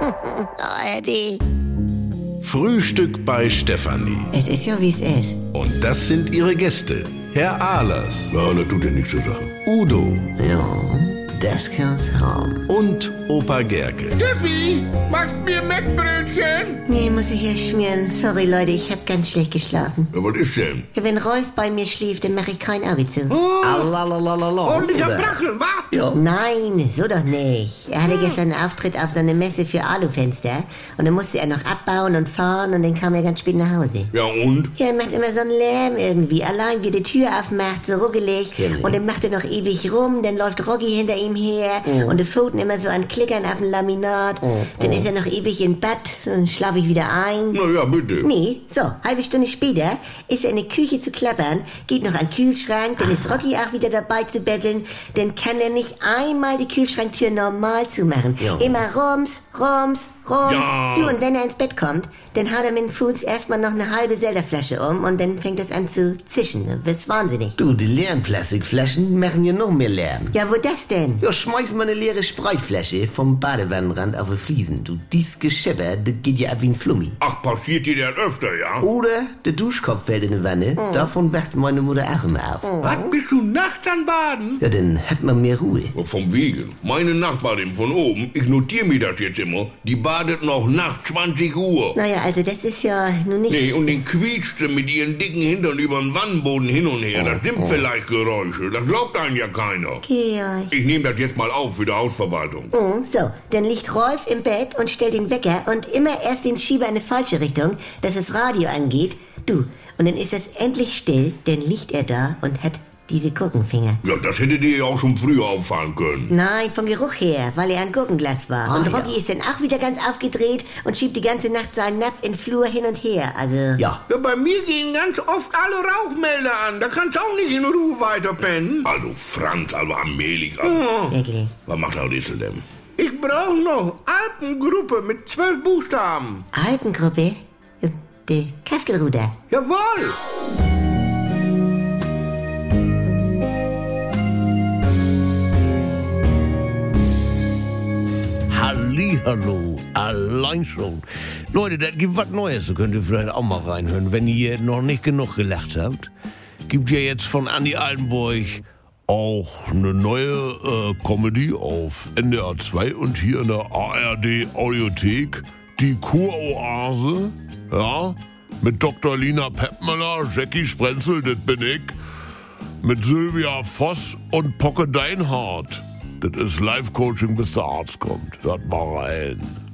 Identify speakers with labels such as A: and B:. A: Oh, Eddie.
B: Frühstück bei Stefanie.
A: Es ist ja, wie es ist.
B: Und das sind ihre Gäste. Herr Ahlers. Ja, das tut ja nichts zu sagen. Udo
A: Ja, das kann's haben.
B: und Opa Gerke.
C: Tiffy, machst mir Mettbrötchen?
A: Nee, muss ich erst schmieren. Sorry, Leute, ich hab ganz schlecht geschlafen.
C: Ja, was ist denn?
A: Ja, Wenn Rolf bei mir schläft, dann mache ich kein Auge zu.
C: Ordentlicher Drachen, wa?
A: Nein, so doch nicht. Er hatte gestern einen Auftritt auf so eine Messe für Alufenster und dann musste er noch abbauen und fahren und dann kam er ganz spät nach Hause.
C: Ja, und?
A: Ja, er macht immer so einen Lärm irgendwie, allein wie die Tür aufmacht, so ruckelig und dann macht er noch ewig rum, dann läuft Rocky hinter ihm her und die Pfoten immer so an Klickern auf dem Laminat, dann ist er noch ewig im Bett, dann schlafe ich wieder ein.
C: Na ja, bitte.
A: Nee, so, halbe Stunde später ist er in der Küche zu klappern, geht noch an den Kühlschrank, dann ist Rocky auch wieder dabei zu betteln, dann kann er nicht einmal die Kühlschranktür normal zumachen. Immer rums, rums, rums.
C: Ja.
A: Du, und wenn er ins Bett kommt, dann haut er mit dem Fuß erstmal noch eine halbe Zelda-Flasche um und dann fängt es an zu zischen. Du wirst wahnsinnig.
D: Du, die leeren Plastikflaschen machen ja noch mehr Lärm.
A: Ja, wo das denn?
D: Ja, schmeiß mal eine leere Spreiflasche vom Badewannenrand auf die Fliesen. Du, dies Geschepper, das geht ja ab wie ein Flummi.
C: Ach, passiert dir das öfter, ja?
D: Oder der Duschkopf fällt in die Wanne. Davon wacht meine Mutter auch immer auf.
C: Was, bist du nachts an Baden?
D: Ja, dann hat man mehr Ruhe.
C: Vom Wegen. Meine Nachbarin von oben, ich notiere mir das jetzt immer, die badet noch nach 20 Uhr.
A: Naja, also das ist ja nun nicht...
C: Nee, und den quietschte mit ihren dicken Hintern über den Wannenboden hin und her. Das nimmt vielleicht Geräusche. Das glaubt einem ja keiner.
A: Georg.
C: Ich nehme das jetzt mal auf für die Hausverwaltung.
A: Mhm, So, dann liegt Rolf im Bett und stellt den Wecker und immer erst den Schieber in eine falsche Richtung, dass das Radio angeht. Du, und dann ist es endlich still, dann liegt er da und hat diese Gurkenfinger.
C: Ja, das hätte dir ja auch schon früher auffallen können.
A: Nein, vom Geruch her, weil er ein Gurkenglas war. und Rocky ist dann auch wieder ganz aufgedreht und schiebt die ganze Nacht seinen Napf in den Flur hin und her. Also,
D: Ja,
C: Ja, bei mir gehen ganz oft alle Rauchmelder an. Da kannst du auch nicht in Ruhe weiterpennen. Also Franz, also Amelika.
A: wirklich.
C: Was macht der Disseldem? Ich brauche noch Alpengruppe mit zwölf Buchstaben.
A: Alpengruppe? äh, Die Kastelruder.
C: Jawohl!
E: Hallihallo, allein schon. Leute, das gibt was Neues, da könnt ihr vielleicht auch mal reinhören, wenn ihr noch nicht genug gelacht habt. Gibt ja jetzt von Andy Altenburg auch eine neue äh, Comedy auf NDR 2 und hier in der ARD Audiothek, die Kuroase, ja, mit Dr. Lina Peppmüller, Jackie Sprenzel, das bin ich mit Sylvia Voss und Pocke Deinhardt. Das ist Live-Coaching, bis der Arzt kommt. Hört mal rein.